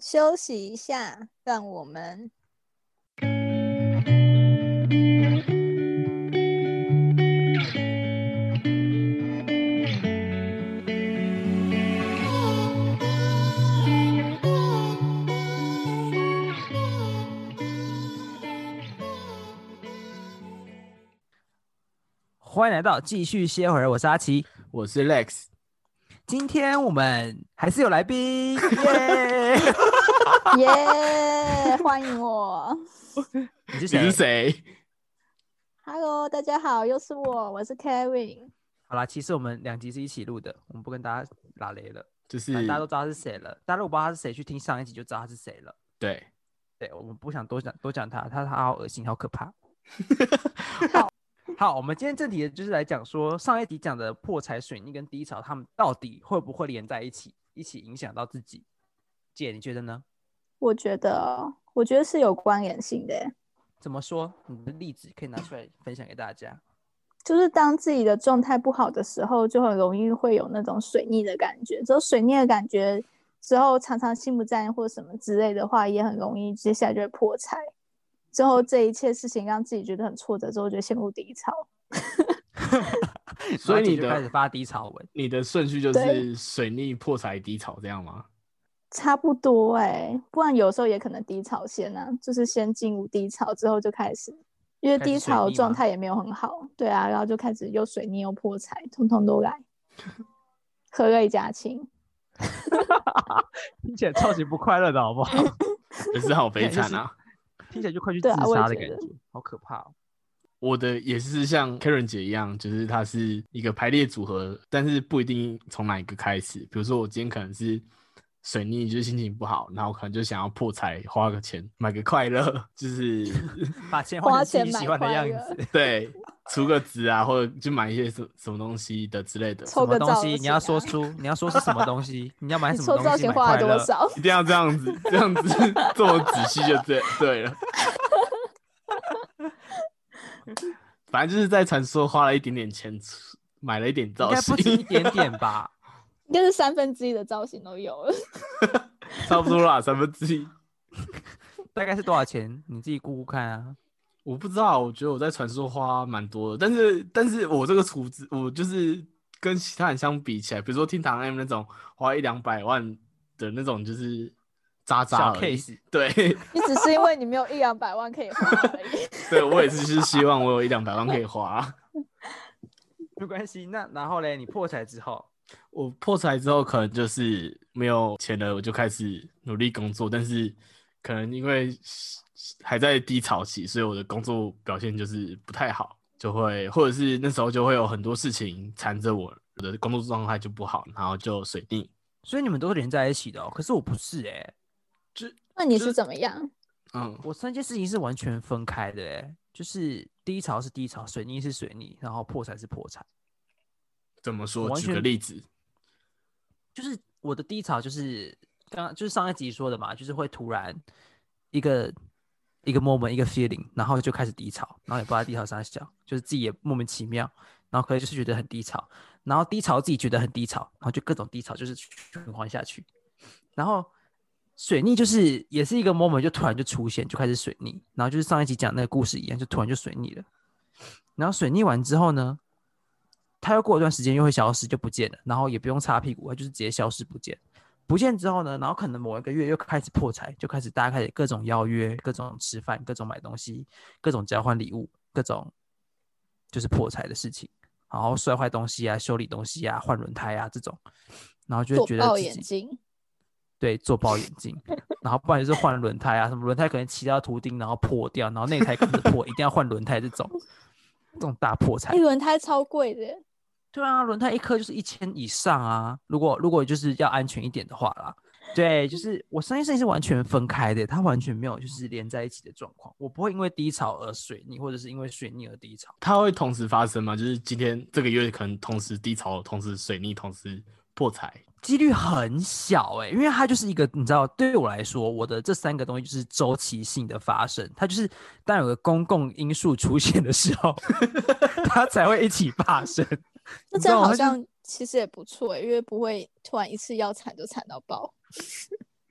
休息一下，让我们欢迎来到继续歇会儿，我是阿奇。我是 Lex，今天我们还是有来宾，耶！耶欢迎我。你是你谁是？谁？ Hello，大家好，又是我，我是 Kevin。好啦，其实我们两集是一起录的，我们不跟大家拉雷了，就是反正大家都知道他是谁了。大家如果不知道他是谁，去听上一集就知道他是谁了。对，对，我们不想多讲多讲他，他他好恶心，好可 怕。好，我们今天正题就是来讲说上一集讲的破财、水逆跟低潮，他们到底会不会连在一起，一起影响到自己？姐，你觉得呢？我觉得，我觉得是有关联性的耶，怎么说？你的例子可以拿出来分享给大家。就是当自己的状态不好的时候，就很容易会有那种水逆的感觉。只有水逆的感觉之后，常常心不在焉或什么之类的话，也很容易接下来就会破财。之后这一切事情让自己觉得很挫折之后，就陷入低潮。所然后以姐你就的开始发低潮文，你的顺序就对是水逆、破财、低潮这样吗？差不多哎、不然有时候也可能低潮先啊，就是先进入低潮之后就开始，因为开始低水潮逆状吗态也没有很好，对啊，然后就开始又水逆又破财，通通都来，何类家亲？听起来超级不快乐的好不 好？也是好悲惨啊！听起来就快去自对啊我也杀的觉感得觉，好可怕 哦！我的也是像 Karen 姐一样，就是它是一个排列组合，但是不一定从哪一个开始。比如说我今天可能是水逆，就是心情不好，然后可能就想要破财，花个钱买个快乐， 就是把钱花换成自己钱买喜欢的快样乐子。 对出个值啊，或者去买一些什什么东西的之类的，抽什么个东照西？就你要行说啊 出，你要说是什么东西？你要买你什么抽东到西？钱买花快了多乐。少？一定要这样子， 这样子这么仔细就对对了。反正就是在传说花了一点点钱，买了一点应造该不止一型，点点吧？应该是三分之一的造型都有了， 差不多啦，三分之一。大概是多少钱？你自己估估看啊。我不知道，我觉得我在传说花蛮多的，但是但是我这个储值，我就是跟其他人相比起来，比如说听堂 M 那种花一两百万的那种，就是渣渣小而已 case 对，你只是因为你没有一两百万可以花而已。 对我也是，就是希望我有一两百万可以花。没关系，那然后嘞，你破财之后，我破财之后，可能就是没有钱了，我就开始努力工作，但是可能因为还在低潮期，所以我的工作表现就是不太好，就会或者是那时候就会有很多事情缠着我，我的工作状态就不好，然后就水逆。所以你们都是连在一起的哦。可是我不是哎、那你是怎么样？嗯，我三件事情是完全分开的哎、就是低潮是低潮，水逆是水逆，然后破财是破财。怎么说？完举全个例子，就是我的低潮就是刚刚就是上一集说的嘛，就是会突然一个一个 moment 一个 feeling，然后就开始低潮，然后也不知道低潮啥小，就是自己也莫名其妙，然后可能就是觉得很低潮，然后低潮自己觉得很低潮，然后就各种低潮就是循环下去，然后。水逆就是也是一个 moment，就突然就出现，就开始水逆，然后就是上一集讲那个故事一样，就突然就水逆了。然后水逆完之后呢，它又过一段时间又会消失，就不见了，然后也不用擦屁股，它就是直接消失不见。不见之后呢，然后可能某一个月又开始破财，就开始大家开始各种邀约、各种吃饭、各种买东西、各种交换礼物、各种就是破财的事情，然后摔坏东西啊、修理东西啊、换轮胎啊这种，然后 就左会觉得爆自眼己睛，对，做爆眼镜，然后不然就是换轮胎啊，什么轮胎可能骑到图钉，然后破掉，然后内胎跟着破，一定要换轮胎这种，这种大破财哎，。轮胎超贵的耶，对啊，轮胎一颗就是一千以上啊，如果如果就是要安全一点的话啦，对，就是我三件事情是完全分开的，它完全没有就是连在一起的状况，我不会因为低潮而水逆，或者是因为水逆而低潮。它会同时发生吗？就是今天这个月可能同时低潮，同时水逆，同时破财。几率很小哎、因为它就是一个你知道，对于我来说，我的这三个东西就是周期性的发生，它就是当有个公共因素出现的时候， 它才会一起发生。那这你知道样吗好它就是欸像其实也不错耶，因为不会突然一次腰缠就缠到爆。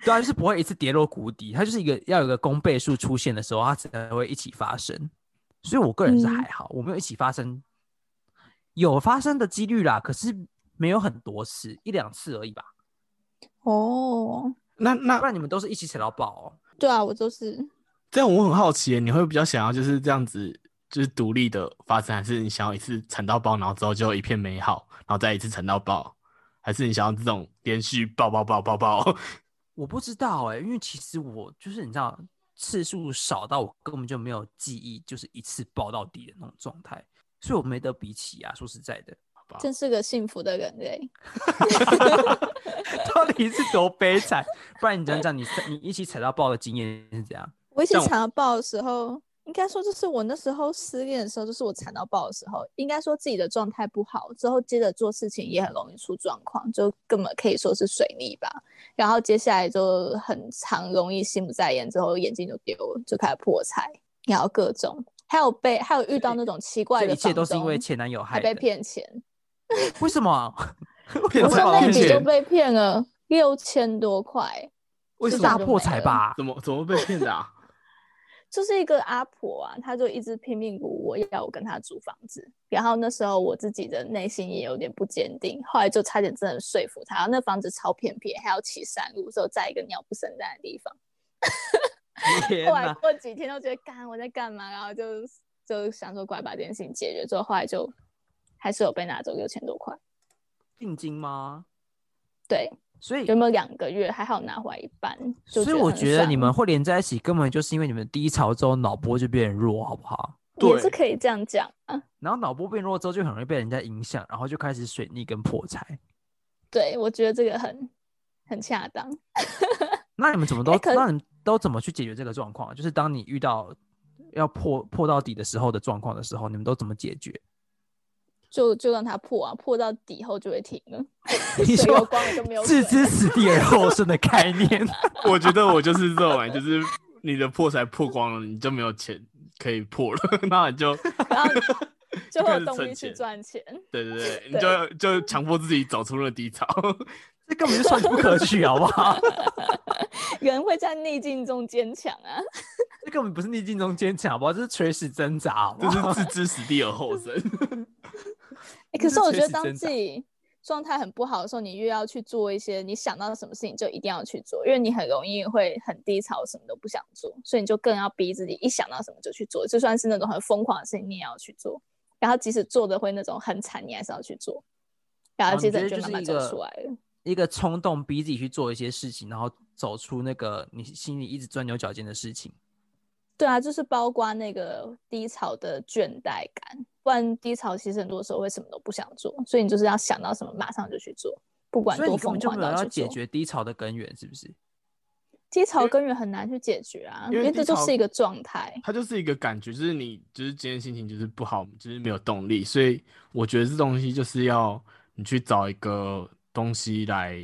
对啊，就是不会一次跌落谷底，它就是一个要有一个公倍数出现的时候，它才会一起发生。所以我个人是还好，我没有一起发生，有发生的几率啦，可是没有很多次，一两次而已吧。哦，那不那然你们都是一起踩到爆哦。对啊，我就是这样我很好奇耶，你会比较想要就是这样子，就是独立的发生，还是你想要一次惨到爆，然后之后就一片美好，然后再一次惨到爆，还是你想要这种连续爆爆爆爆爆？ 我不知道哎、因为其实我就是你知道次数少到我根本就没有记忆，就是一次爆到底的那种状态，所以我没得比起啊。说实在的， 真是个幸福的人类。到底是多悲惨？不然你讲讲你你一起踩到爆的经验是怎样？我一起像我惨到爆的时候，应该说就是我那时候失恋的时候，就是我惨到爆的时候，应该说自己的状态不好，之后接着做事情也很容易出状况，就根本可以说是水逆吧。然后接下来就很常容易心不在焉，之后眼睛就丢了，就开始破财，然后各种，还有被还有遇到那种奇怪这的一切房都是因为东前男友害还的啊被。骗 钱，为 什么？骗我财说那吗骗笔就钱被骗了六千多块，为什就这这样大就么破没财了 吧？怎么怎么被骗的啊？ 就是一个阿婆啊，她就一直拼命鼓舞我要我跟她租房子，然后那时候我自己的内心也有点不坚定，后来就差点真的说服她，那房子超偏僻，还要骑山路，之后在一个鸟不生蛋的地方。天后来哪！过几天就觉得干我在干嘛，然后就就想说过来把这件事情解决，之后后来就还是有被拿走六千多块，定金吗？对，所以，有没有两个月还好拿回来一半，就所以我很觉得你爽们会连在一起，根本就是因为你们低潮之后脑波就变弱，好不好？也是对可以这样讲啊。然后脑波变弱之后，就很容易被人家影响，然后就开始水逆跟破财。对，我觉得这个很很恰当。那你们怎么都，哎可那你们都怎么去解决这个状况？啊就是当你遇到要破破到底的时候的状况的时候，你们都怎么解决？就就让它破啊，破到底后就会停了。 你水有说光了就没有水置之死地而后生的概念， 我觉得我就是这种、欸，就是你的破财破光了，你就没有钱可以破了， 那你就然后就会开有始动存力去钱赚钱。对对对，你就就强迫自己走出了低潮。 这根本就算不可取，好不好？ 人会在逆境中坚强啊，这根本不是逆境中坚强，好不好？这是垂死挣扎，好不就好？是置之死地而后生。欸可这是我确觉得实当真自的己状态很不好的时候，你越要去做一些你想到什么事情就一定要去做，因为你很容易会很低潮，什么都不想做，所以你就更要逼自己，一想到什么就去做，就算是那种很疯狂的事情，你也要去做。然后即使做的会那种很惨，你还是要去做。然 后哦接你着觉你得就就慢是慢一走个出来了。一个冲动逼自己去做一些事情，然后走出那个你心里一直钻牛角尖的事情。对啊，就是包括那个低潮的倦怠感，不然低潮其实很多时候会什么都不想做，所以你就是要想到什么马上就去做，不管所以多你根疯本就狂没都有要去解做。决低潮的根源，是不是？低潮为根源很难去解决啊，因因为为低这就潮是一个状态。它就是一个感觉，就是你就是今天心情就是不好，就是没有动力，所以我觉得这东西就是要你去找一个东西来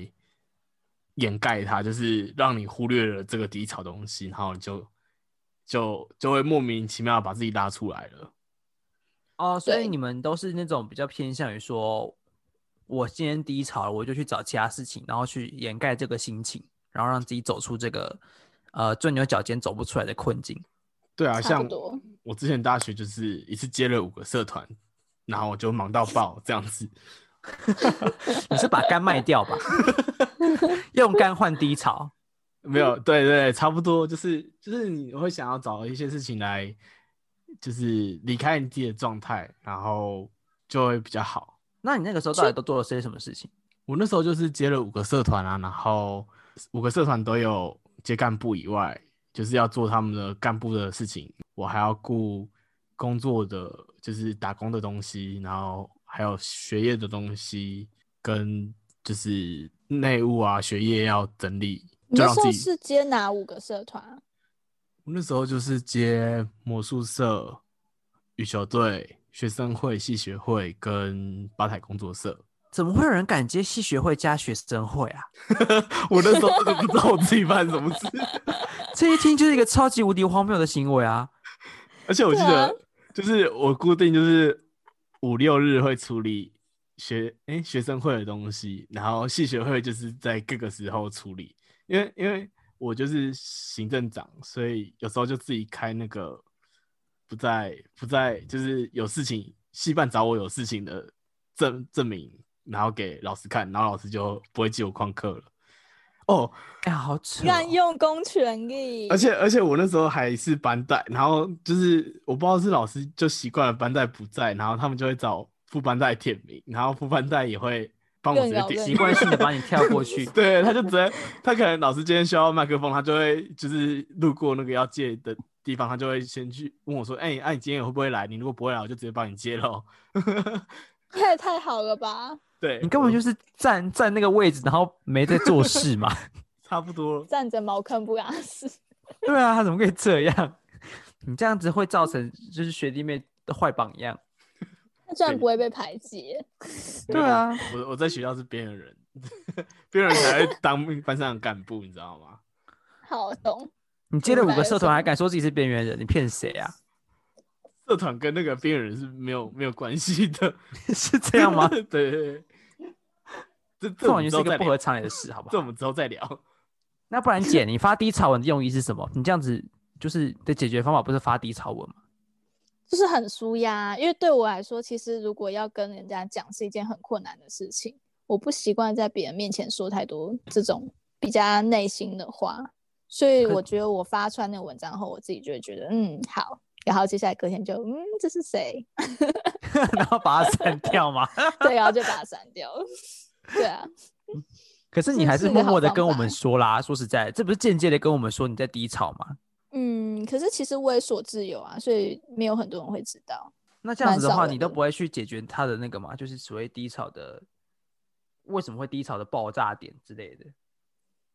掩盖它，就是让你忽略了这个低潮东西，然后你就就就会莫名其妙地把自己拉出来了。哦，所对以你们都是那种比较偏向于说，我今天低潮了，我就去找其他事情，然后去掩盖这个心情，然后让自己走出这个呃钻牛角尖走不出来的困境。对啊，差不像多我之前大学就是一次接了五个社团，然后我就忙到爆这样子。你是把肝卖掉吧， 用肝换低潮。没有，对对，差不多，就是就是你会想要找一些事情来，就是离开你自己的状态，然后就会比较好。那你那个时候到底都做了些什么事情？我那时候就是接了五个社团啊，然后五个社团都有接干部以外，就是要做他们的干部的事情，我还要顾工作的，就是打工的东西，然后还有学业的东西，跟就是内务啊，学业要整理，你就那时让自候己是接哪五个社团啊？我那时候就是接魔术社、羽球队、学生会、系学会跟吧台工作社。怎么会有人敢接系学会加学生会啊？我那时候真的不知道我自己犯什么事，这一听就是一个超级无敌荒谬的行为啊！而且我记对啊得就是我固定就是五六日会处理学诶、学生会的东西，然后系学会就是在各个时候处理，因为因为我就是行政长，所以有时候就自己开那个不在不在，就是有事情戏办找我有事情的证证明，然后给老师看，然后老师就不会记我旷课了。哦，哎呀，好扯、滥哦！用公权力，啊而且而且我那时候还是班带，然后就是我不知道是老师就习惯了班带不在，然后他们就会找副班带点名，然后副班带也会帮我直接任劳点，任习惯性的把你跳过 去对，他就直接，他可能老师今天需要麦克风，他就会就是路过那个要借的地方，他就会先去问我说：“哎、哎、你今天会不会来？你如果不会来，我就直接帮你接喽。这也太好了吧？”对，你根本就是站站那个位置，然后没在做事嘛。差不多。站着茅坑不拉屎， 对啊，他怎么可以这样？ 你这样子会造成就是学弟妹的坏榜样。他居然对不会被排挤。对啊，我我在学校是边缘人， 边缘人才会当班上的干部，你知道吗？好懂，你接了五明白个了社团是还敢说自己是边缘人，你骗谁 啊？社团跟那个边缘人是没有没有关系的，？是这 样吗 对对对，这这这我完全们之是后一个再不合聊，常理的 事，好不这我好？们之后再聊。那不然姐，你发低潮文的用意是什么？你这样子就是的解决方法不是发低潮文吗？ 就是很舒压。因为对我来说，其实如果要跟人家讲是一件很困难的事情，我不习惯在别人面前说太多这种比较内心的话，所以可我觉得我发出来那个文章后，我自己就会觉得嗯好，然后接下来隔天就嗯这是谁，然后把它删掉吗？ 对，然后就把它删掉。 对啊，可是你这还是是一个默好默的方跟我法们说啦。说实在，这不是间接的跟我们说你在低潮吗？嗯，可是其实我也所自由啊，所以没有很多人会知道。那这样蛮子的少话，人你都的不会去解决他的那个嘛，就是所谓低潮的为什么会低潮的爆炸点之类的。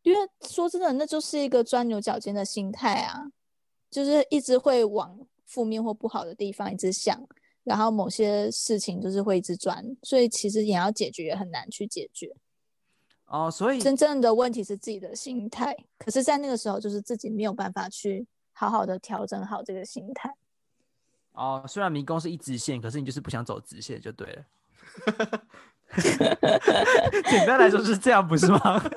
因为说真的，那就是一个钻牛角尖的心态啊，就是一直会往负面或不好的地方一直想，然后某些事情就是会一直钻，所以其实也要解决也很难去解决。哦，所以真正的问题是自己的心态，可是，在那个时候就是自己没有办法去好好的调整好这个心态。哦，虽然迷宫是一直线，可是你就是不想走直线就对了。 简单来说是这样，不是吗？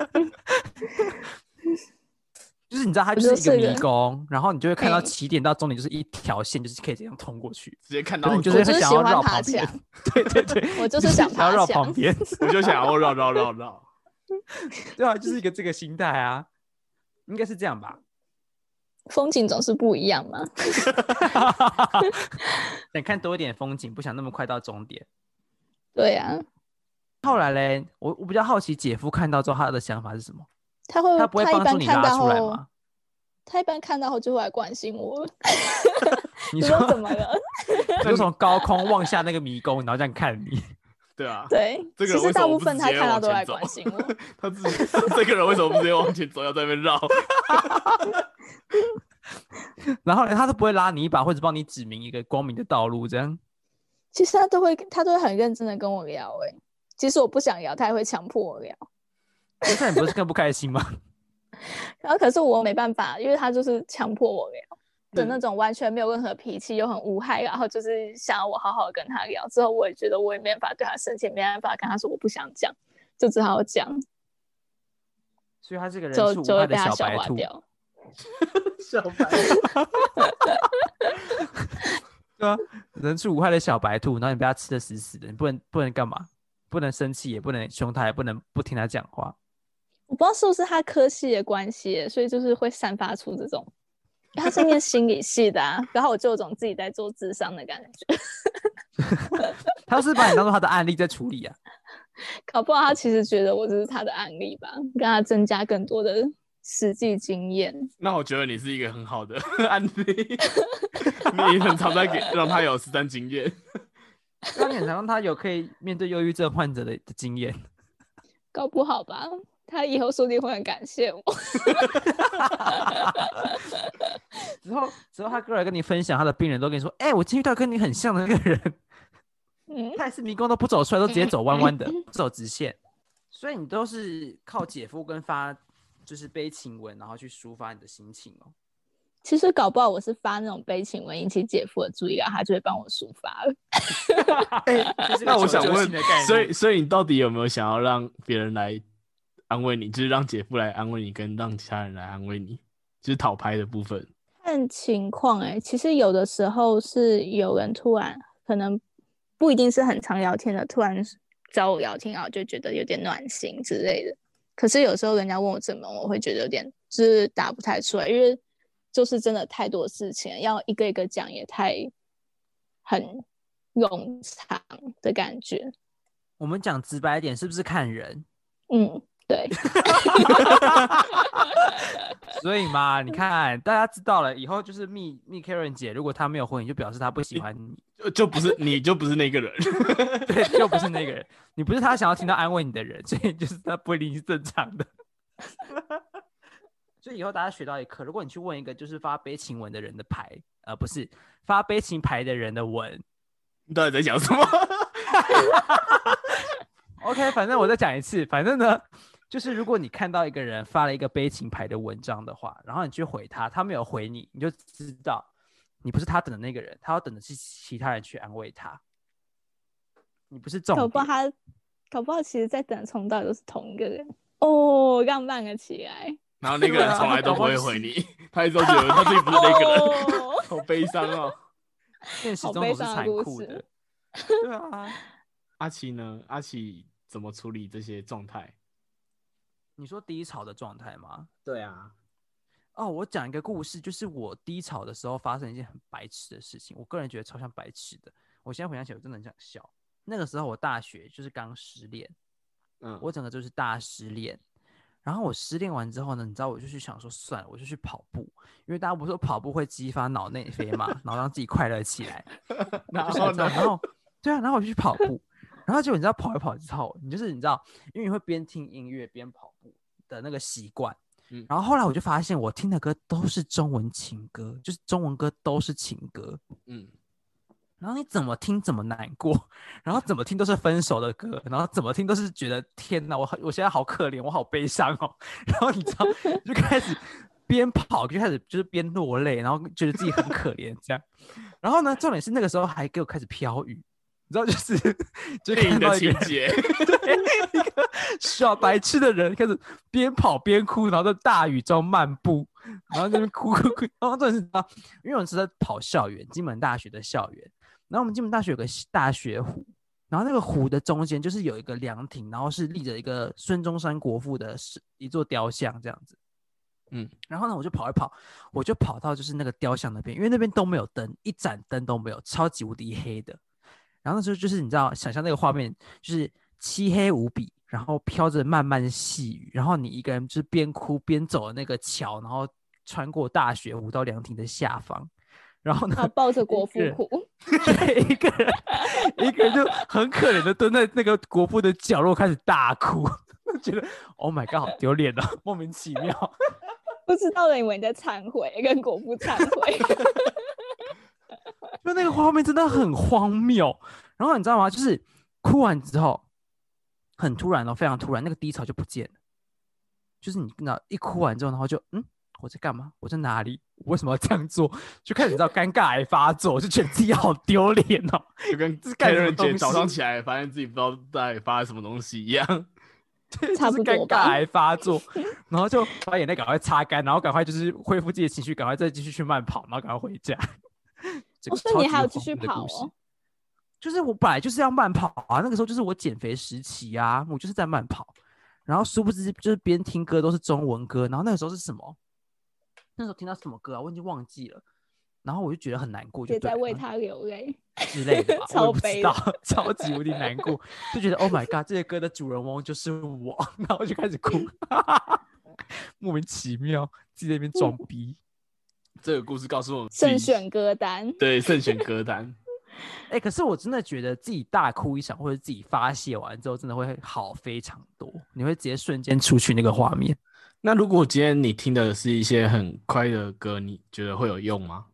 就是你知道它我就觉得是一个是迷的宫，然后你就会看到哎起点到终点就是一条线，就是可以这样通过去。直接看可到是你就是我会就是想喜要欢绕爬旁边墙，，对对对，我就你是想想爬要绕墙 旁边，我就想要绕绕绕绕。对啊，就是一个这个心态啊，应该是这样 吧。 风景总是不一样嘛。想看多一点风景，不想那么快到终点。对啊，后来嘞，我我比较好奇姐夫看到之后他的想法是什么？他会他不会一帮助般你看拉到哦出来后， 吗？他一般看到后就会来关心我，你你说说怎么了？ 你就从高空望下那个迷宫，然后这样看你。 对啊，对，这个其为实什大么部不分直他接看到往都前来走关心我。他自己这个人为什么不直接往前走，要在那边绕？ 然后呢，他都不会拉你一把，或者帮你指明一个光明的道路，这样。其实他都会，他都会很认真的跟我聊、欸。哎，其实我不想聊，他也会强迫我聊。诶那你不是更不开心吗？ 然后可是我没办法，因为他就是强迫我聊嗯的那种，完全没有任何脾气，又很无害，然后就是想要我好好地跟他聊。之后我也觉得我也没办法对他生气，没办法跟他说我不想讲，就只好讲，所以他这个人就是无就会害被的他小消白化兔。掉。小白，对啊，人畜无害的小白兔，然后你被它吃的死死的，你不能不能干嘛？不能生气，也不能凶它，也不能不听它讲话。我不知道是不是他科系的关系欸，所以就是会散发出这种。因为他是念心理系的啊，然后我就有种自己在做智商的感觉。他是把你当做他的案例在处理啊。 搞不好他其实觉得我只是他的案例吧，让他增加更多的实际经验。那我觉得你是一个很好的 案例，你很常在给让他有实战经验。那你很常让他有可以面对忧郁症患者的的经验。搞不好吧，他以后说不定会很感谢我。 之 后之后他过来跟你分享他的病人，都跟你说：“哎、我今天遇到跟你很像的那个人， 嗯，他也是迷宫都不走出来，都直接走弯弯 的，不走直线。”所以你都是靠姐夫跟发就是悲情文，然后去抒发你的心情 哦。其实搞不好我是发那种悲情文引起姐夫的注意，然后他就会帮我抒发了。哎、那我想问，所以以 所以你到底有没有想要让别人来安慰你，就是让姐夫来安慰你，跟让其他人来安慰你，就是讨拍的部分。看情况哎、其实有的时候是有人突然可能不一定是很常聊天的，突然找我聊天啊，我就觉得有点暖心之类的。可是有时候人家问我怎么，我会觉得有点就是答不太出来，因为就是真的太多事情了，要一个一个讲也太很冗长的感觉。我们讲直白一点，是不是看人？嗯，对，所以嘛，你看大家知道了以后，就是蜜蜜 Karen 姐，如果她没有回你，就表示她不喜欢你，就就不是你就不是那个人， 对，就不是那个人，你不是她想要听到安慰你的人，所以就是她不一定是正常的。 所以以后大家学到一课，如果你去问一个就是发悲情文的人的牌，呃，不是发悲情牌的人的文你到底在讲什么？ ，OK，反正我再讲一次，反正呢，就是如果你看到一个人发了一个悲情牌的文章的话，然后你去回他，他没有回你，你就知道你不是他等的那个人，他要等的是其他人去安慰他，你不是重搞不好点。他，搞不好其实在等从到底都是同一个人哦，浪漫了起来。然后那个人从来都不会回你，他一直都觉得他自己不是那个人，哦 好悲伤哦。现实好中总悲是伤的残故酷事 的。对啊，阿奇呢？阿奇怎么处理这些状态？你说低潮的状态吗？对啊，哦，我讲一个故事，就是我低潮的时候发生一件很白痴的事情，我个人觉得超像白痴的。我现在回想起来，我真的很想笑。那个时候我大学就是刚失恋，嗯，我整个就是大失恋。然后我失恋完之后呢，你知道我就去想说，算了，我就去跑步，因为大家不是说跑步会激发脑内啡嘛，然后让自己快乐起 来。然就是后你知道呢？然后对啊，然后我就去跑步，然后结果你知道跑一跑之后，你就是你知道，因为你会边听音乐边跑步的那个习惯。嗯然后后来我就发现，我听的歌都是中文情歌，就是中文歌都是情歌。嗯，然后你怎么听怎么难过，然后怎么听都是分手的歌，然后怎么听都是觉得天哪，我好我现在好可怜，我好悲伤哦。 然后你知道，就开始边跑就开始就是边落泪，然后觉得自己很可怜这样。然后呢，重点是那个时候还给我开始飘雨，你知道，就是就电看影的到一个情人节， 对一个小白痴的人开始边跑边哭，然后在大雨中漫步，然后在那边哭哭哭，然后真的是啊，因为我们是在跑校园，金门大学的校园，然后我们金门大学有个西大学湖，然后那个湖的中间就是有一个凉亭，然后是立着一个孙中山国父的是一座雕像这样子，嗯，然后呢，我就跑一跑，我就跑到就是那个雕像那边，因为那边都没有灯，一盏灯都没有，超级无敌黑的。然后那时候就是你知道，想象那个画面就是漆黑无比，然后飘着漫漫细雨，然后你一个人就是边哭边走的那个桥，然后穿过大学湖到凉亭的下方，然后呢，啊，抱着一国父个人哭，对， 一个人，一个人就很可怜的蹲在那个国父的角落开始大哭， 觉得 Oh my God，好丢脸哦， 莫名其妙。不知道的以为你在忏悔，跟国父忏 悔。就那个画面真的很荒谬。然后你知道吗？就是哭完之后，很突然哦，非常突然，那个低潮就不见了。就是你那一哭完之后，然后就嗯，我在干嘛？我在哪里？我为什么要这样做？就开始你知道尴尬癌发作，我就觉得自己好丢脸哦。就跟这是干什么 Karen 东姐西早上起来发现自己不知道到底发生什么东西一样。 差就是不尴多吧尬癌发作，然后就把眼泪赶快擦干，然后赶快就是恢复自己的情绪，赶快再继续去慢跑，然后赶快回家。这哦个所以超你级还有荒继续谬的故跑事哦就是我本来就是要慢跑啊，那个时候就是我减肥时期啊，我就是在慢跑，然后殊不知就是边听歌都是中文歌，然后那个时候是什么？那时候听到什么歌啊？我已经忘记了，然后我就觉得很难过就也对啊了，在为然后他流泪。之 类的吧，我超也不知悲道，超级无敌 难过，就觉得 Oh my God，这些歌的主人翁就是我，然后我就开始哭， 莫名其妙自己在那边装嗯逼。这个故事告诉我们自己慎选歌单，对慎选歌单，哎、可是我真的觉得自己大哭一场，或者自己发泄完之后，真的会好非常多，你会直接瞬间出去那个画面。那如果今天你听的是一些很快乐的歌，你觉得会有用吗？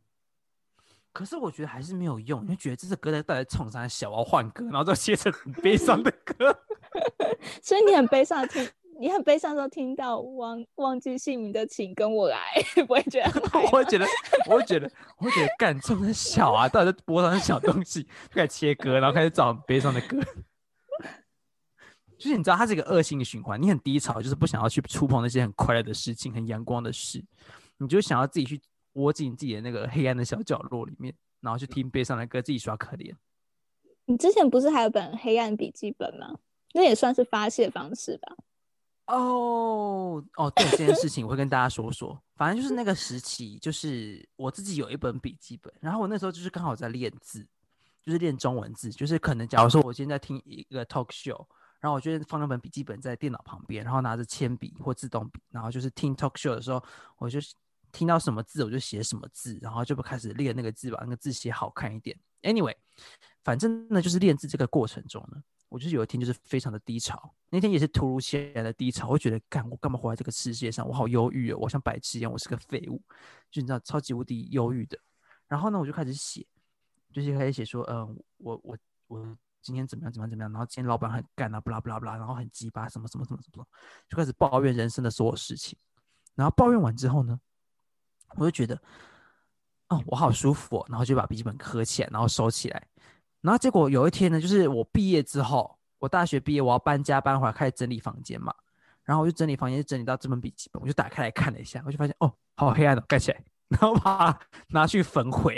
可是我觉得还是没有用，你就觉得这首歌在到底在冲啥小，我要换歌，然后再接着很悲伤的歌。所以你很悲伤地听，你很悲伤的时候听到忘忘记姓名的，请跟我来， 不会觉得很害 我会觉得，我会觉得，我会觉得，干这么小啊，到底在播什么小东西？就开始切割，然后开始找很悲伤的歌。就是你知道，它是一个恶性循环。你很低潮，就是不想要去触碰那些很快乐的事情、很阳光的事，你就想要自己去窝进自己的那个黑暗的小角落里面，然后去听悲伤的歌，自己耍可怜。你之前不是还有本黑暗笔记本吗？那也算是发泄方式吧。哦哦，对这件事情，我会跟大家说说。反正就是那个时期，就是我自己有一本笔记本，然后我那时候就是刚好在练字，就是练中文字，就是可能假如说我现在听一个 talk show，然后我就会放那本笔记本在电脑旁边，然后拿着铅笔或自动笔，然后就是听 talk show 的时候，我就听到什么字我就写什么字，然后就开始练那个字，把那个字写好看一点。Anyway，反正呢，就是练字这个过程中呢，我就是有一天就是非常的低潮，那天也是突如其来的低潮，我觉得干我干嘛活在这个世界上，我好忧郁哦，我像白痴一样，我是个废物，就你知道超级无敌忧郁的。然后呢，我就开始写，就是开始写说，嗯、我我我今天怎么样怎么样怎么样，然后今天老板很干啊，不啦不啦不啦，然后很鸡巴什么什么什么什么，就开始抱怨人生的所有事情。然后抱怨完之后呢，我就觉得，哦，我好舒服哦，然后就把笔记本合起来，然后收起来。然后结果有一天呢，就是我毕业之后，我大学毕业，我要搬家搬回来，开始整理房间嘛。然后我就整理房间，就整理到这本笔记本，我就打开来看了一下，我就发现哦，好黑暗哦，盖起来，然后把它拿去焚毁，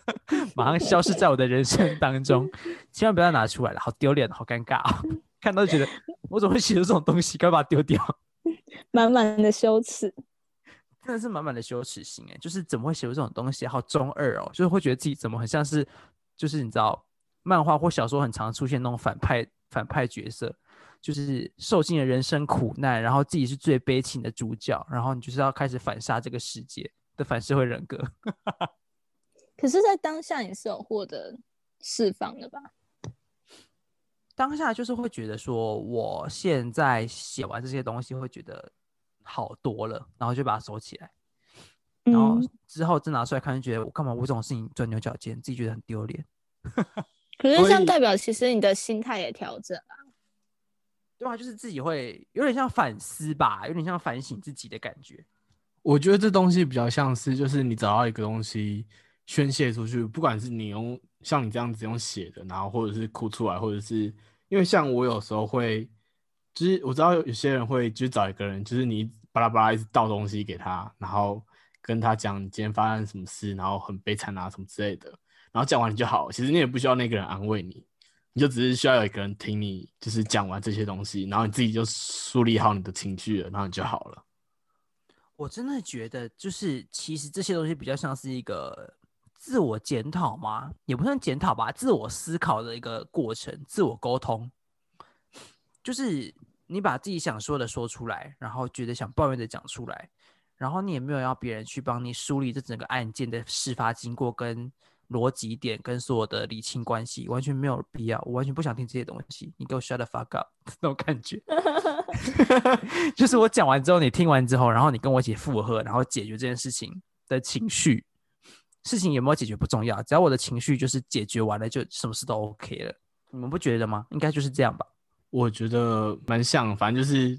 马上消失在我的人生当中。千万不要拿出来了，好丢脸，好尴尬啊、 看到就觉得我怎么会写出这种东西，该把它丢掉。满满的羞耻。真的是满满的羞耻心哎、就是怎么会写出这种东西？好中二哦，就是会觉得自己怎么很像是，就是你知道，漫画或小说很常出现那种反派反派角色，就是受尽了人生苦难，然后自己是最悲情的主角，然后你就是要开始反杀这个世界的反社会人格。 可是，在当下也是有获得释放的吧？当下就是会觉得说，我现在写完这些东西会觉得好多了，然后就把它收起来。然后嗯，之后再拿出来看，就觉得我干嘛为这种事情钻牛角尖，自己觉得很丢脸。可是这所样以代表其实你的心态也调整了。对啊，就是自己会有点像反思吧，有点像反省自己的感觉。我觉得这东西比较像是，就是你找到一个东西宣泄出去，不管是你用像你这样子用写的，然后或者是哭出来，或者是因为像我有时候会，就是我知道有些人会就是找一个人，就是你巴拉巴拉一直倒东西给他，然后跟他讲你今天发生什么事，然后很悲惨啊什么之类的，然后讲完你就好，其实你也不需要那个人安慰你，你就只是需要有一个人听你就是讲完这些东西，然后你自己就梳理好你的情绪了，然后你就好了。我真的觉得，就是其实这些东西比较像是一个自我检讨吗？也不算检讨吧，自我思考的一个过程，自我沟通。就是你把自己想说的说出来，然后觉得想抱怨的讲出来，然后你也没有要别人去帮你梳理这整个案件的事发经过、跟逻辑点、跟所有的理清关系，完全没有必要。我完全不想听这些东西，你给我 shut the fuck up 那种感觉。 就是我讲完之后，你听完之后，然后你跟我一起附和，然后解决这件事情的情绪。事情有没有解决不重要，只要我的情绪就是解决完了，就什么事都 OK 了。你们不觉得吗？应该就是这样吧。我觉得蛮像，反正就是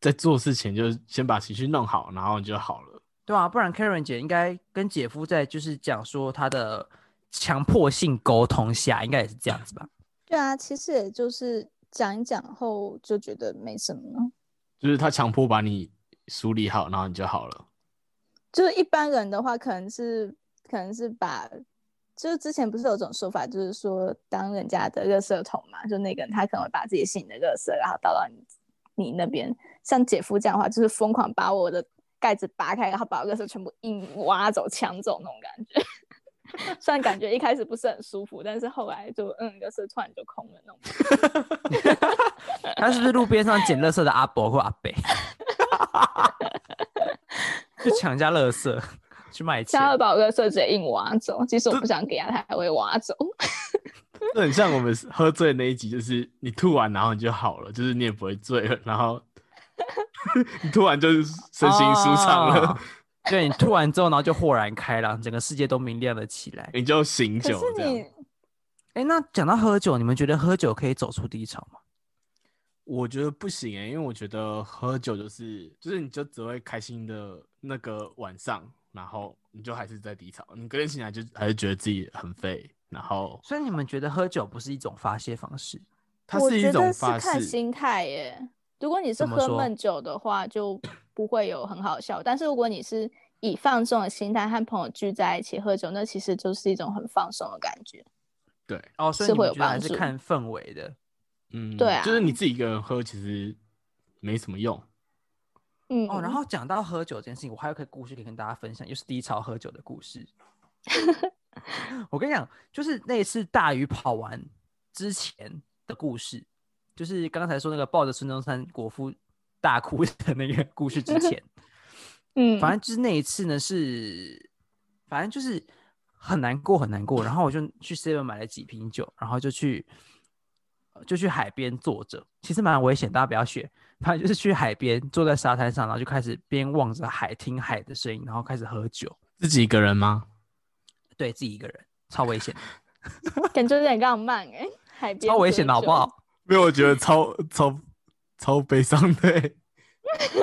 在做事前，就是先把情绪弄好，然后你就好了。对啊，不然 Karen 姐应该跟姐夫在就是讲说他的强迫性沟通下，应该也是这样子吧？对啊，其实也就是讲一讲后就觉得没什么了。就是他强迫把你梳理好，然后你就好了。就是一般人的话，可能是可能是把，就是之前不是有种说法，就是说当人家的垃圾桶嘛，就那个人他可能会把自己心里的垃圾，然后倒到你你那边。像姐夫这样的话，就是疯狂把我的盖子拔开，然后把我垃圾全部硬挖走、抢走那种感觉。虽然感觉 一开始不是很舒服，但是后来就嗯，垃圾突然就空了那种。他是不是路边上捡垃圾的阿伯或阿伯？ 就抢人家垃圾去卖钱他？会把我垃圾直接硬挖走，即使我不想给他，他还会挖走。这很像我们喝醉那一集，就是你吐完，然后你就好了，就是你也不会醉了，然后你突然就是身心舒畅了，哦对你吐完之后，然后就豁然开朗，整个世界都明亮了起 来。你就醒可酒是这样你。。哎，那讲到喝酒，你们觉得喝酒可以走出低潮吗？我觉得不行诶、欸因为我觉得喝酒就是就是你就只会开心的那个晚上，然后你就还是在低潮，你隔天醒来就还是觉得自己很废，然后所以你们觉得喝酒不是一种发泄方式？它我是一觉种得是发看誓。心态耶。如果你是怎么喝说闷酒的话，就不会有很好的效果。但是如果你是以放松的心态和朋友聚在一起喝酒，那其实就是一种很放松的感觉。对，哦，所以是你会有们觉得还帮是助看氛围的。嗯，对啊就是你自己一个人喝其实没什么用。嗯，哦，然后讲到喝酒这件事情，我还有一个故事可以跟大家分享，又是低潮喝酒的 故事。我跟你讲，就是那次大鱼跑完之前的故事，就是刚才说那个抱着孙中山国父大哭的那个故事之前，嗯，反正就是那一次呢是，反正就是很难过很难过，然后我就去 seven 买了几瓶酒，然后就去就去海边坐着，其实蛮危险，大家不要学。反正就是去海边坐在沙滩上，然后就开始边望着海听海的声音，然后开始喝酒，自己一个人吗？对自己一个人超危险的，感觉有点浪漫哎，海边超危喝险的好不酒？好？因为我觉得超超超悲伤 的，欸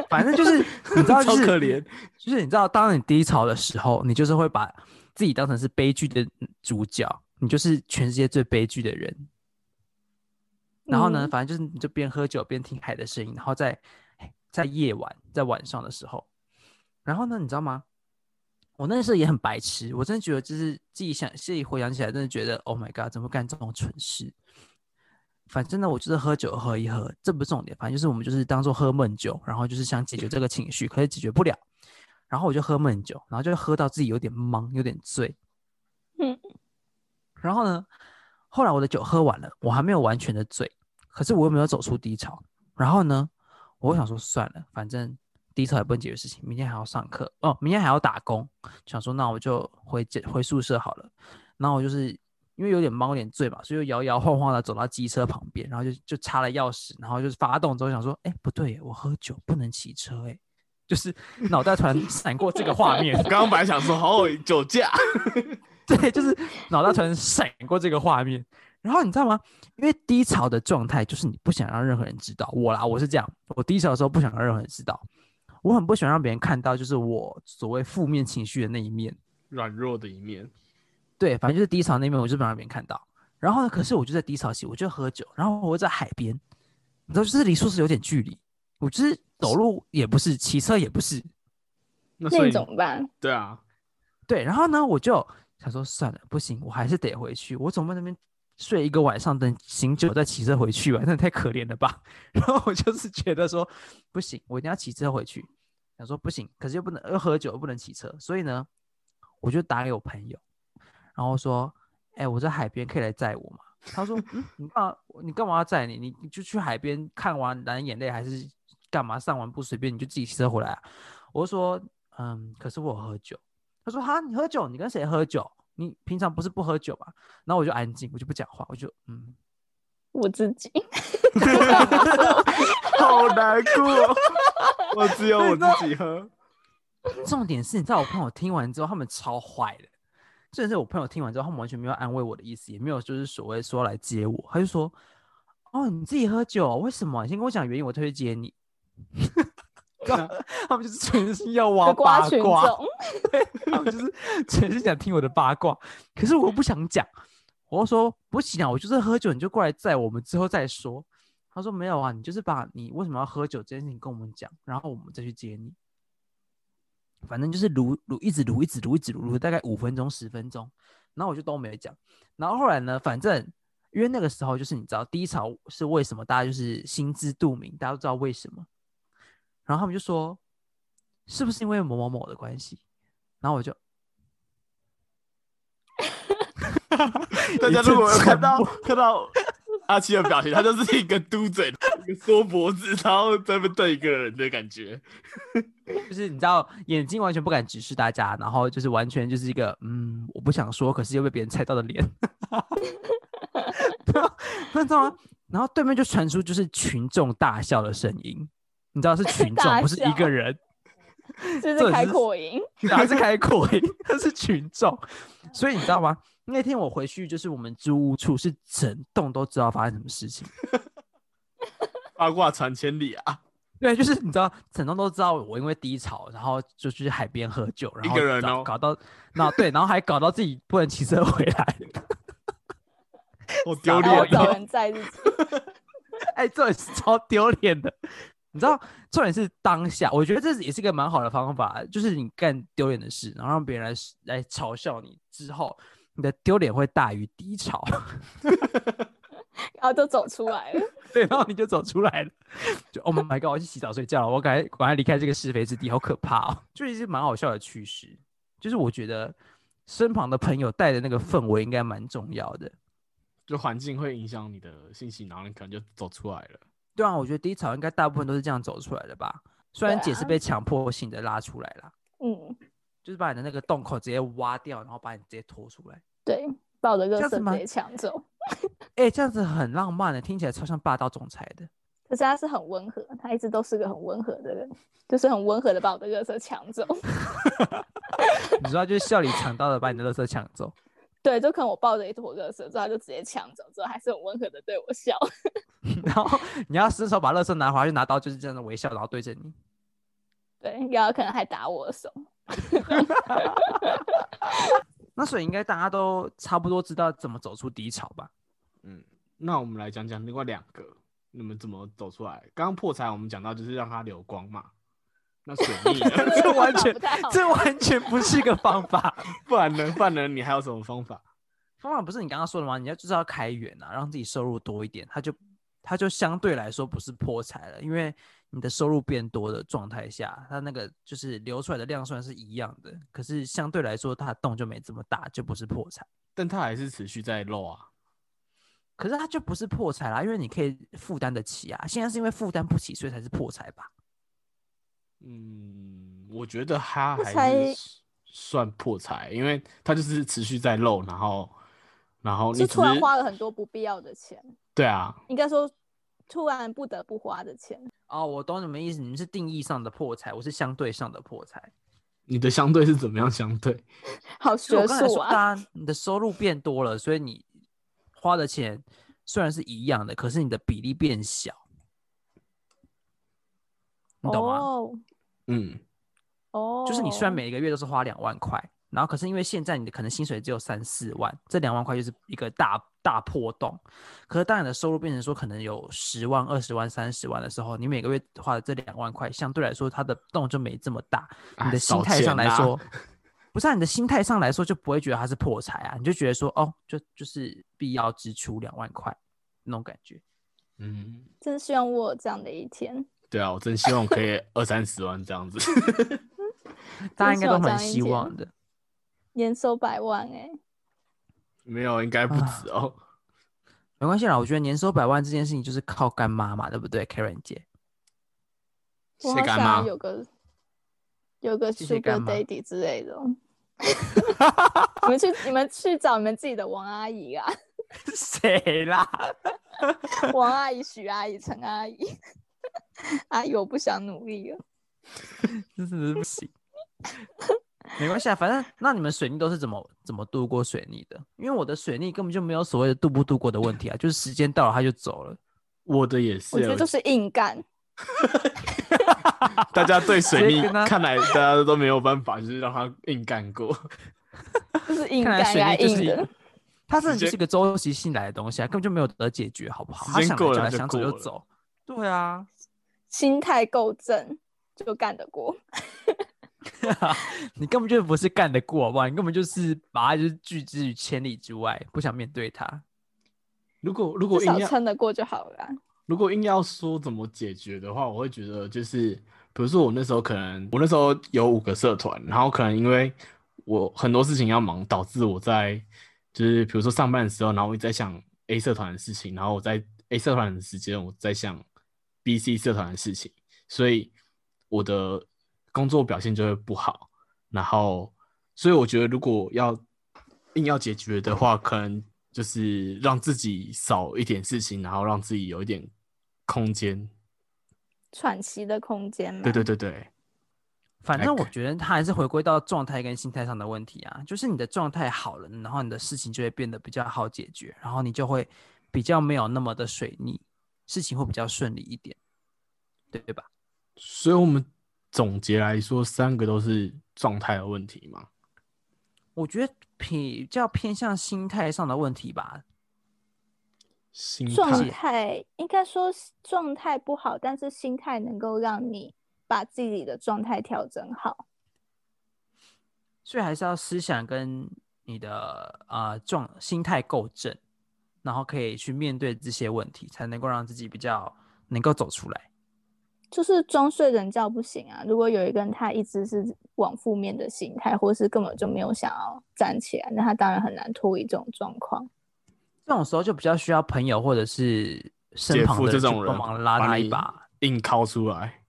反 正就是你知道，就超是可 怜，就是你知道，当你低潮的时候，你就是会把自己当成是悲剧的主角，你就是全世界最悲剧的人。然后呢，嗯反正就是你就边喝酒边听海的声音，然后在哎在夜晚，在晚上的时候，然后呢，你知道吗？我那时候也很白痴，我真的觉得就是自己想自己回想起来，真的觉得 Oh my God，怎么干这种蠢事？反正呢，我就是喝酒喝一喝，这不是重点，反正就是我们就是当做喝闷酒，然后就是想解决这个情绪，可是解决不了。然后我就喝闷酒，然后就喝到自己有点懵，有点醉。嗯，然后呢，后来我的酒喝完了，我还没有完全的醉，可是我又没有走出低潮。然后呢，我想说算了，反正低潮也不能解决事情，明天还要上课哦，明天还要打工，想说那我就回家回宿舍好了。然后我就是因为有点懵，有点醉嘛，所以就摇摇晃晃的走到机车旁边，然后就就插了钥匙，然后就是发动之后想说，哎，不对耶，我喝酒不能骑车哎。 就是脑袋突然闪过这个画面，我刚刚本来想说，好酒驾， 对，就是脑袋突然闪过这个画面。然后你知道吗？因为低潮的状态就是你不想让任何人知道我啦，我是这样，我低潮的时候不想让任何人知道，我很不喜欢让别人看到，就是我所谓负面情绪的那一面。软弱的一面。对，反正就是低潮那面，我就不想让别人看到。然后呢，可是我就在低潮期，我就喝酒，然后我又在海边，你知道，就是离宿舍有点距离，我就是走路也不是，骑车也不是，那那所以你怎么办？对啊，对，然后呢，我就想说算了，不行，我还是得回去。我总不能那边睡一个晚上，等醒酒再骑车回去吧，那也太可怜了吧。 然后我就是觉得说，不行，我一定要骑车回去。想说不行，可是又不能又喝酒，又不能骑车，所以呢，我就打给我朋友，然后说，哎、我在海边可以来载我吗？他说，嗯，你干嘛？你干嘛要载你？你你就去海边看完蓝眼泪，还是干嘛？散完步随便，你就自己骑车回来啊。我就说，嗯，可是我有喝酒。他说：“哈，你喝酒，你跟谁喝酒？你平常不是不喝酒吧？”然后我就安静，我就不讲话，我就嗯，我自己 好难过，我只有我自己喝。重点是，你知道我朋友听完之后，他们超坏的。重点是我朋友听完之后，他们完全没有安慰我的意思，也没有就是所谓说来接我，他就说：“哦，你自己喝酒，为什么？你先跟我讲原因，我才会接你。” 他们就是全是要挖的瓜 八啊群卦，众，他们就是全是想听我的八卦，可是我又不想讲，我就说不行啊，我就是喝酒，你就过来载我们之后再说。他说没有啊，你就是把你为什么要喝酒这件事情跟我们讲，然后我们再去接你。反正就是撸撸，一直撸，一直撸，一直撸，撸大概五分钟、十分钟，然后我就都没讲。然后后来呢，反正因为那个时候就是你知道低潮是为什么，大家就是心知肚明，大家都知道为什么。然后他们就说，是不是因为某某某的关系？然后我就大家如果有看到一看到阿七的表情，他就是一个嘟嘴，一个缩脖子，然后在那边瞪一个人的感觉。就是你知道，眼睛完全不敢直视大家，然后就是完全就是一个嗯，我不想说，可是又被别人猜到的脸。 然后那你知道吗？然后对面就传出就是群众大笑的声音，你知道是群众，大不是一笑个人，就这是开是扩音，哪是开口音，他是群众。所以你知道吗？那天我回去，就是我们租屋处是整栋都知道发生什么事情。八卦传千里啊！对，就是你知道，整栋都知道我因为低潮，然后就去海边喝酒，然一后个人搞哦搞到，那对，然后还搞到自己不能骑车回来，好丢然后脸找哦！人载自己。 哎，这也是超丢脸的。你知道，重点是当下，我觉得这也是一个蛮好的方法，就是你干丢脸的事，然后让别人来来嘲笑你之后，你的丢脸会大于低潮，然后就走出来了。对，然后你就走出来了，就 Oh my God，我去洗澡睡觉了，我赶快赶快离开这个是非之地，好可怕哦！这也是蛮好笑的趋势，就是我觉得身旁的朋友带的那个氛围应该蛮重要的。就环境会影响你的信息，然后你可能就走出来了。对啊，我觉得低潮应该大部分都是这样走出来的吧，虽然对姐是啊被强迫性的拉出来啦。嗯，就是把你的那个洞口直接挖掉，然后把你直接拖出来。对，把我的这垃样子圾吗直接抢走。哎、这样子很浪漫的，听起来超像霸道总裁的。可是他是很温和，他一直都是个很温和的人，就是很温和的把我的垃圾抢走。 你知道，就是笑里藏刀的把你的垃圾抢走。 对，就可能我抱着一坨垃圾之后，他就直接抢走，之后还是很温和的对我笑。然后你要伸手把垃圾拿回来，就拿刀就是这样的微笑，然后对着你。对，然后可能还打我的手。那所以应该大家都差不多知道怎么走出低潮吧？嗯，那我们来讲讲另外两个，你们怎么走出来？刚刚破财我们讲到就是让它流光嘛，那水逆呢 这完方法全不太好 这完全不是一个方法。不然呢？不然呢？你还有什么方法？方法不是你刚刚说的吗？你要就是要开源啊，让自己收入多一点，它就它就相对来说不是破财了，因为你的收入变多的状态下，它那个就是流出来的量算是一样的，可是相对来说它的洞就没这么大，就不是破财。但它还是持续在漏啊。可是它就不是破财啦，因为你可以负担得起啊。现在是因为负担不起，所以才是破财吧？嗯，我觉得它破还财是算破财，因为它就是持续在漏，然后然哦后你是只突然是花了很多不必要的钱，对啊，应该说突然不得不花的钱。哦，我懂你们意思，你们是定义上的破财，我是相对上的破财。你的相对是怎么样相对？好就学我刚才术说，啊！大家你的收入变多了，所以你花的钱虽然是一样的，可是你的比例变小，你懂吗？哦嗯，哦，就是你虽然每个月都是花两万块，然后可是因为现在你的可能薪水只有三四万，这两万块就是一个大大破洞。可是当你的收入变成说可能有十万、二十万、三十万的时候，你每个月花的这两万块，相对来说它的洞就没这么大，哎你的心少啊态上见来啦说，不是、啊、你的心态上来说就不会觉得它是破财啊，你就觉得说哦，就就是必要支出两万块那种感觉。嗯，真希望我有这样的一天。对啊，我真希望我可以二三十万这样子。 真大家应是该有都这蛮样一希天望的。年收百万哎、没有，应该不啊止哦。没关系啦，我觉得年收百万这件事情就是靠干妈嘛，对不对，Karen 姐？ 我谢好干想妈要有个有个谢谢干 Sugar 妈 Daddy 之类 的哦。你们去你们去找你们自己的王阿姨啊，谁啦？王阿姨、许阿姨、陈阿姨。阿姨，我不想努力了。真是不行。没关系啊，反正那你们水逆都是怎么怎么度过水逆的？因为我的水逆根本就没有所谓的度不度过的问题啊，就是时间到了他就走了。我的也是我觉得哦，就是硬干，大家对水直接逆跟他看来大家都没有办法，就是让他硬干过。 就是硬看来干水来逆就是硬一的个。， 它真的时就间是一个周期性来的东西啊，根本就没有得解决，好不好？时他间想过来了就它来，就想走过就了走。对啊，心态够正就干得过。你根本就不是干得过，好不好？你根本就是把它就是拒之于千里之外，不想面对它。如果如果至硬少要撑得过就好了啊。如果硬要说怎么解决的话，我会觉得就是，比如说我那时候可能我那时候有五个社团，然后可能因为我很多事情要忙，导致我在就是比如说上班的时候，然后我一直在想 A 社团的事情，然后我在 A 社团的时间我在想 B、C 社团的事情，所以我的工作表现就会不好。然后，所以我觉得如果要硬要解决的话，可能就是让自己少一点事情，然后让自己有一点空间。喘息的空间嘛。对对对对，反正我 OK 觉得它还是回归到状态跟心态上的问题啊，就是你的状态好了，然后你的事情就会变得比较好解决，然后你就会比较没有那么的水逆，事情会比较顺利一点，对吧？所以我们总结来说，三个都是状态的问题嘛。我觉得比较偏向心态上的问题吧，心状态态应该说是状态不好，但是心态能够让你把自己的状态调整好。所以还是要思想跟你的啊状、心态够正，然后可以去面对这些问题，才能够让自己比较能够走出来。就是装睡人觉不行啊！如果有一个人他一直是往负面的心态，或是根本就没有想要站起来，那他当然很难脱离这种状况。这种时候就比较需要朋友或者是身姐旁夫的这人种去人帮忙拉把他你一把，硬掏出来，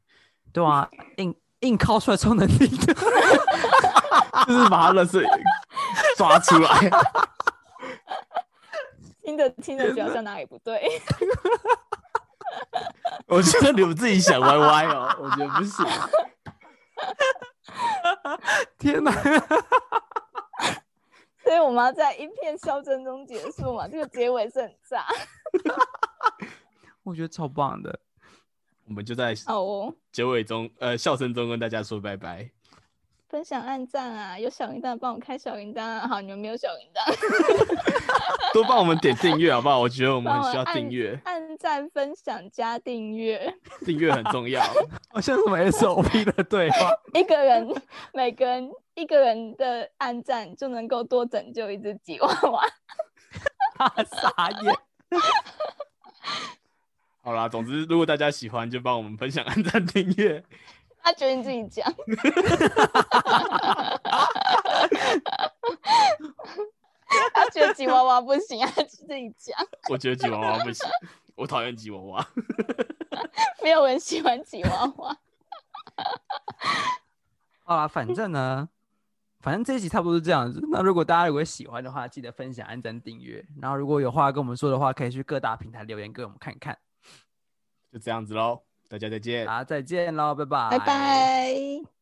对啊，硬硬靠出来超能力的。就是把他 的事抓出来。听着听着，觉得好像哪里不对。 我觉得你们自己想歪歪哦，我觉得不行。天哪！ 所以我们要在一片笑声中结束嘛，这个结尾是很炸。我觉得超棒的。我们就在好哦，结尾中，呃，笑声中跟大家说拜拜。分享按赞啊，有小铃铛帮我开小铃铛啊。好，你们没有小铃铛。 多帮我们点订阅好不好？我觉得我们帮很我需要按订阅，按赞、分享加订阅，订阅很重要。好像什么 SOP 的对话，一个人 每个人一个人的按赞就能够多拯救一只吉娃娃。 傻眼。好啦，总之如果大家喜欢，就帮我们分享、按赞、订阅。他觉得你自己 讲，他觉得吉娃娃不行，他自己讲，我觉得吉娃娃不行，我讨厌吉娃娃。没有人喜欢吉娃娃。好啦，反正呢，反正这一集差不多是这样子。那如果大家如果喜欢的话，记得分享、按赞、订阅。然后如果有话跟我们说的话，可以去各大平台留言给我们看看。就这样子喽，大家再见。大家再见喽，拜拜，拜。拜。